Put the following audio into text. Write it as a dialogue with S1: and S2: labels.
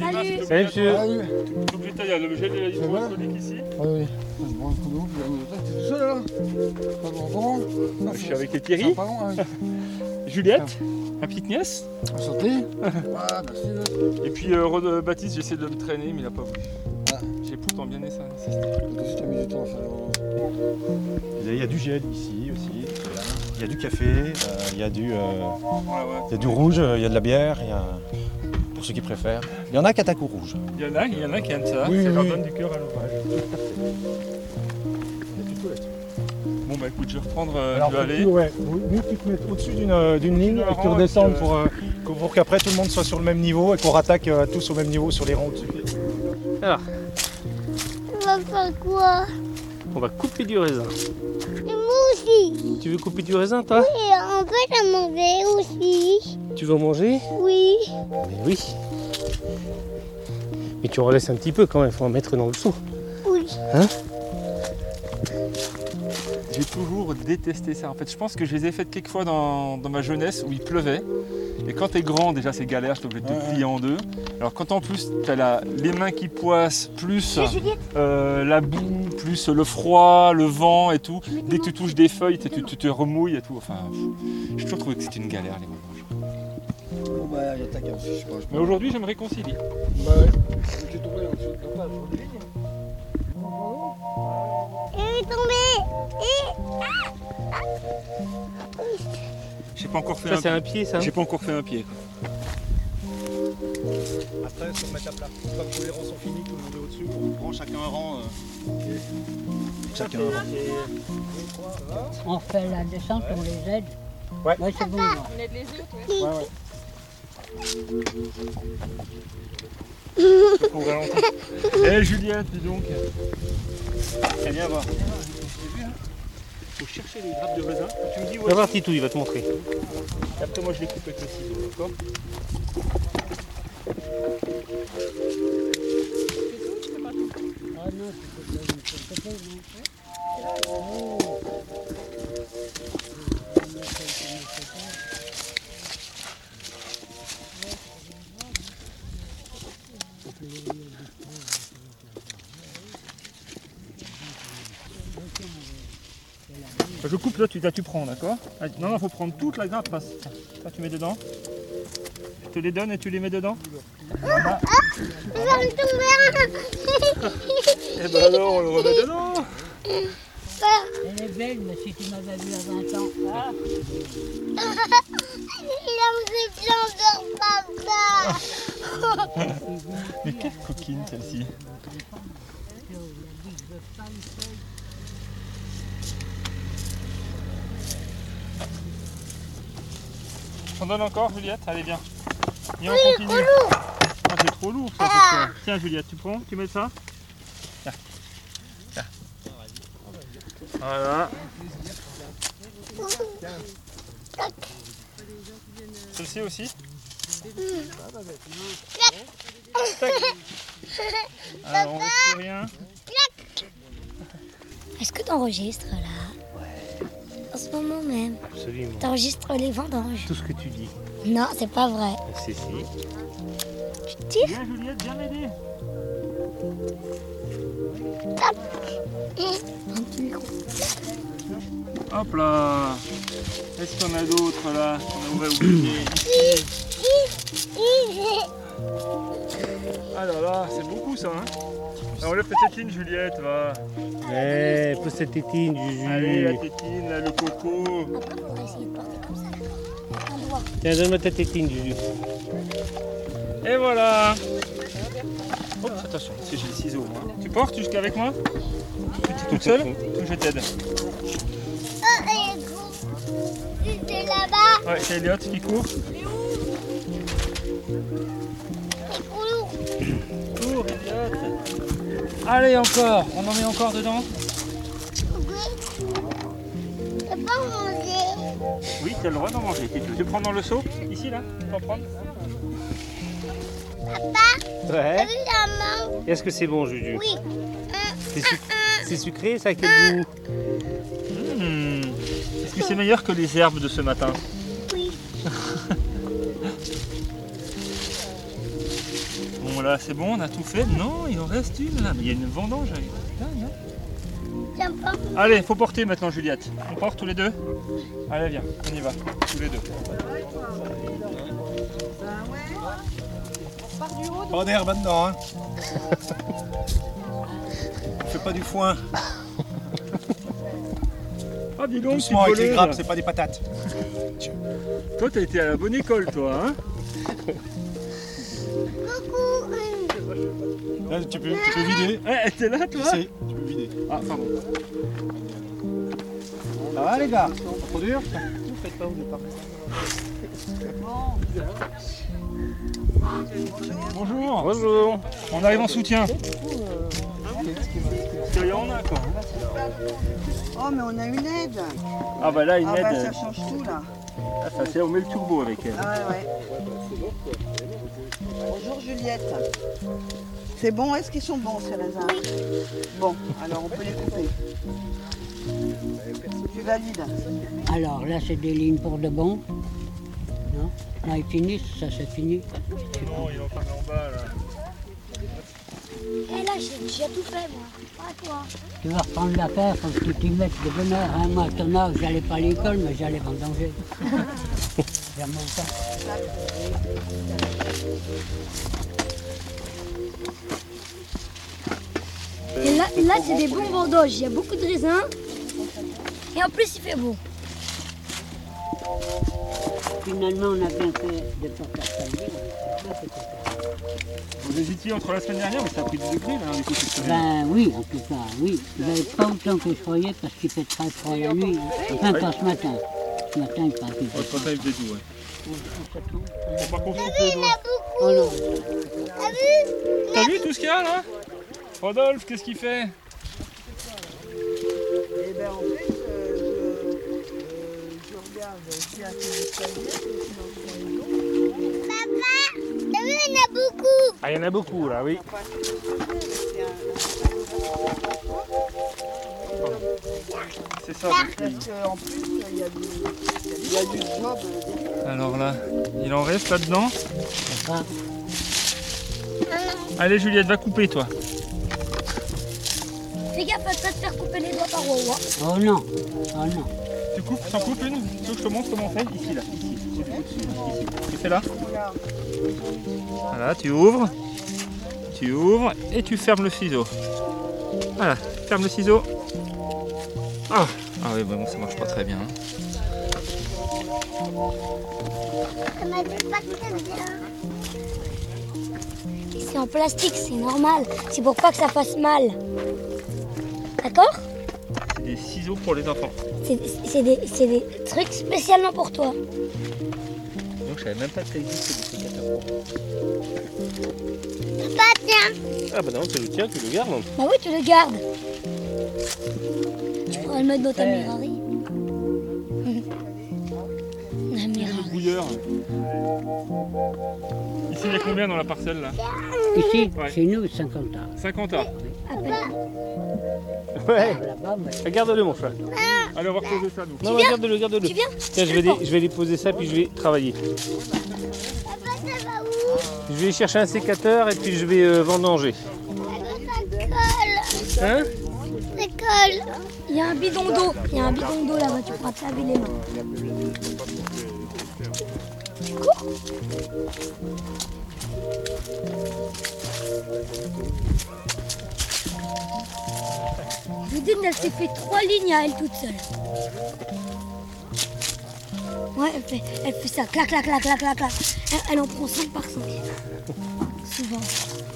S1: Euh,
S2: Salut.
S1: Salut, monsieur.
S3: Ah oui,
S1: L'objet taille, hein, l'objet de la hydroalcoolique ici.
S3: ah oui. Je me rends compte de ouf, là. T'es tout seul, là Pas bon, bon. Non,
S1: Je
S3: c'est-
S1: suis avec les
S3: c'est
S1: Thierry,
S3: pas bon, hein.
S1: Juliette, ma petite nièce.
S3: Enchanté. Ah, merci. là.
S1: Et puis euh, Rod- euh, Baptiste, j'essaie de le traîner, mais il a pas voulu.
S3: Ah.
S1: J'ai pourtant bien essayé.
S3: Toi aussi, t'as mis du temps à faire le moment.
S4: Il y a- il y a du gel ici aussi. Il y a du café, euh, il y a du, euh,
S1: Ouais, ouais.
S4: il y a du rouge, euh, il y a de la bière, il y a... pour ceux qui préfèrent. Il y en a qui attaquent au rouge.
S1: Il y en a, il y en a qui aiment ça.
S4: Ah,
S3: Oui,
S1: ça leur
S3: oui.
S1: donne du cœur à l'orage. Bon bah écoute, je vais reprendre, euh,
S4: Alors,
S1: je vais
S4: faut
S1: aller.
S4: que tu- ouais, faut- mieux que tu te mettes au-dessus d'une euh, d'une ligne et que tu
S1: ranges,
S4: redescendes
S1: euh,
S4: pour, euh, que- pour qu'après tout le monde soit sur le même niveau et qu'on rattaque euh, tous au même niveau sur les rangs au-dessus.
S2: On va faire quoi
S5: On va couper du raisin.
S2: Aussi.
S5: Tu veux couper du raisin, toi
S2: Et on peut la manger aussi.
S5: Tu veux en manger
S2: Oui.
S5: Mais oui. Mais tu en laisses un petit peu quand même, faut en mettre dans le seau.
S2: Oui.
S1: J'ai toujours détesté ça. En fait, je pense que je les ai faites quelques fois dans, dans ma jeunesse où il pleuvait. Et quand t'es grand, déjà c'est galère, t'es obligé de
S3: Ouais,
S1: te
S3: ouais.
S1: plier en deux. Alors quand en plus t'as la- les mains qui poissent, plus
S2: Juliette,
S1: euh, la boue, plus le froid, le vent et tout.
S2: je vais te
S1: Dès que tu touches des feuilles, tu, tu- tu te remouilles et tout. Enfin, pff, j'ai toujours trouvé que c'était une galère les vendanges.
S3: Bon, bah, il y a ta gamme aussi, je sais pas, je
S1: Mais
S3: pense.
S1: aujourd'hui, je me réconcilie.
S3: Bah, ouais. Mais t'es tombé en dessous de ta page, je vous
S2: Elle est tombée.
S1: J'ai pas encore fait
S5: Ça, c'est
S1: un
S5: un pied, ça.
S1: J'ai pas encore fait un pied.
S4: Après, se remettre à plat. Une fois que tous les rangs sont finis, tout le monde est au-dessus, on prend chacun un rang. euh. Chacun un rang.
S6: On fait la descente, on les aide.
S4: Ouais.
S6: Là, c'est bon. là.
S7: On aide les autres, ouais.
S1: Pour ralentir. Eh Juliette, dis donc. Eh, viens voir. Faut chercher les grappes de raisin. Tu me dis où
S5: Va voir Titou, il va te montrer.
S1: est- Après moi je les coupe avec le ciseau, d'accord
S6: Ah non, tu peux pas, tu peux pas, non.
S1: Ah, Je coupe là, tu, là, tu prends, d'accord Allez, Non, non, faut prendre toute la grappe. passe. Ça tu mets dedans. Je te les donne et tu les mets dedans
S2: Elle va me tomber.
S1: Eh ben alors on le remet dedans
S6: Elle est belle, mais si tu m'avais vu à 20 ans. Ah,
S2: Il a mangé plein de papa.
S1: Mais quelle coquine celle-ci T'en donnes encore Juliette Allez viens. Viens on continue. Ah, c'est trop lourd ça, parce que- Tiens Juliette, tu prends, tu mets ça Tiens. Tiens. Voilà. Celle-ci aussi Tac. Alors on reste plus rien.
S2: Oh. Est-ce que t'enregistres là Ouais. En ce moment même,
S5: Absolument.
S2: t'enregistres les vendanges.
S5: Tout ce que tu dis.
S2: Non, c'est pas vrai.
S5: C'est si.
S1: Viens Juliette, viens m'aider.
S2: Un petit micro.
S1: Hop là Est-ce qu'on a d'autres là On aurait oublié. Ah là là, c'est beaucoup ça hein Alors lève ta tétine Juliette, va
S5: Ouais, pose cette tétine,
S1: Allez la
S5: Juju.
S1: tétine, là, le coco
S2: Après, faudrait essayer de porter comme ça.
S5: Tiens, donne-moi ta tétine, Juju.
S1: Et voilà Hop, Oh, attention, parce que j'ai le ciseau moi. Tu portes jusqu'avec moi Tu es toute seule Ou je t'aide
S2: Oh, elle est grosse. C'était là-bas.
S1: Ouais, c'est Elliot qui court.
S2: C'est trop lourd.
S1: Cours Elliot Allez encore On en met encore dedans
S2: Oui. T'as pas mangé.
S1: Oui, t'as le droit d'en manger. Tu veux prendre dans le seau Ici là Tu peux en prendre
S2: T'as
S5: Ouais.
S2: vu la main
S5: Est-ce que c'est bon, Juju
S2: Oui. Ah.
S5: C'est suc- c'est sucré, ça, quel goût
S1: Hmm. Est-ce que c'est meilleur que les herbes de ce matin
S2: Oui.
S1: Bon, Bon là c'est bon, on a tout fait. Non, il en reste une là. Mais il y a une vendange. elle est dingue, hein. Allez, faut porter maintenant Juliette. On porte tous les deux Allez viens, on y va, tous les deux.
S4: Pas d'air maintenant, hein. On fait pas du foin.
S1: Ah dis donc,
S4: Doucement avec les
S1: voleuse.
S4: grappes, c'est pas des patates.
S1: Toi t'as été à la bonne école toi hein
S4: Là, tu peux, tu peux vider.
S1: Eh, t'es là
S4: Tu
S1: toi
S4: sais, tu peux vider.
S1: Ah pardon.
S4: Ça va, les gars Pas trop dur Vous faites pas, vous êtes pas
S1: Bonjour
S5: Bonjour.
S1: On arrive en soutien.
S7: Ah,
S1: Parce qu'il y en a quoi.
S7: Oh, mais on a une aide.
S1: Ah bah là une
S7: Ah bah ça
S1: aide.
S7: change tout là.
S1: Ah, ça c'est on met le turbo avec elle.
S7: Ah ouais. Bonjour Juliette. C'est bon, est-ce qu'ils sont bons ces raisins Bon, alors on peut les couper. Tu valides.
S6: Alors là, c'est des lignes pour de bon. Non Là, ils finissent, ça c'est fini.
S1: Non, il est en train en bas là.
S2: Et Eh, là, j'ai déjà tout fait, moi. Pas toi.
S6: Tu vas reprendre l'affaire, faut que tu t'y mettes de bonne heure. Hein. Moi, à ton âge, j'allais pas à l'école, mais j'allais vendanger. Vers mon temps.
S2: Et là, là c'est des bons vendanges. Il y a beaucoup de raisins. Et en plus, il fait beau.
S6: Finalement, on a bien fait de pas faire ça.
S1: Vous hésitiez entre la semaine dernière mais ça a pris 10 degrés là hein, du coup cette semaine.
S6: Ben oui, en tout cas, oui. Mais pas autant que je croyais parce qu'il fait très froid la nuit. Enfin, pas ce matin. Ce matin, il paraît qu'il fait
S1: Votre taille de doux, ouais.
S6: froid.
S1: Faut pas qu'on se coupe les doigts.
S6: Oh non.
S1: T'as vu tout ce qu'il y a là Rodolphe, qu'est-ce qu'il fait
S7: Et ben en fait, euh, je, euh, je regarde si à
S5: Ah, il y en a beaucoup là, oui.
S1: C'est ça.
S7: Parce qu'en plus, il y a du, il y a du job. euh,
S1: Alors là, il en reste là-dedans.
S6: Ah.
S1: Allez Juliette, va couper toi.
S2: Fais gaffe à pas te faire couper les doigts par hein. Wawa.
S6: Oh non. Oh non.
S1: Tu coupes, t'en coupes une Tu veux que je te montre comment on fait Ici là, ici, celui au-dessus, ici. Tu fais là Voilà, tu ouvres, tu ouvres et tu fermes le ciseau. Voilà, ferme le ciseau. Ah, ah oui, bah bon, ça marche pas très bien. hein.
S2: C'est en plastique, c'est normal. C'est pour pas que ça fasse mal. D'accord
S1: C'est des ciseaux pour les enfants.
S2: C'est c'est des, c'est des trucs spécialement pour toi.
S1: Donc je savais même pas que ça existait des sécateurs.
S2: Pas tiens.
S5: Ah, bah non, c'est le tien, tu le gardes.
S2: Bah oui, tu le gardes. Tu pourras le mettre dans ta mirari. La
S1: Le
S2: mirari.
S1: brouilleur. Ici, il y a combien dans la parcelle là
S6: Ici,
S1: Ouais.
S6: chez nous, 50 ans.
S1: 50 ans.
S5: Ouais,
S6: Là-bas, mais
S5: regarde-le, mon chat.
S1: Allez, on va reposer ça nous.
S5: Non, regarde-le, regarde-le.
S2: Tu viens
S5: Tiens, je vais, les- je vais les poser ça, puis je vais travailler. Je vais chercher un sécateur et puis je vais euh, vendanger. Hein
S2: Il y a un bidon d'eau. Il y a un bidon d'eau là-bas, tu pourras te laver les mains. Tu cours Ludine, elle s'est fait trois lignes à elle toute seule. Ouais, elle fait, elle fait ça, clac, clac, clac, clac, clac, clac. Elle, elle en prend 5 par 5. Souvent.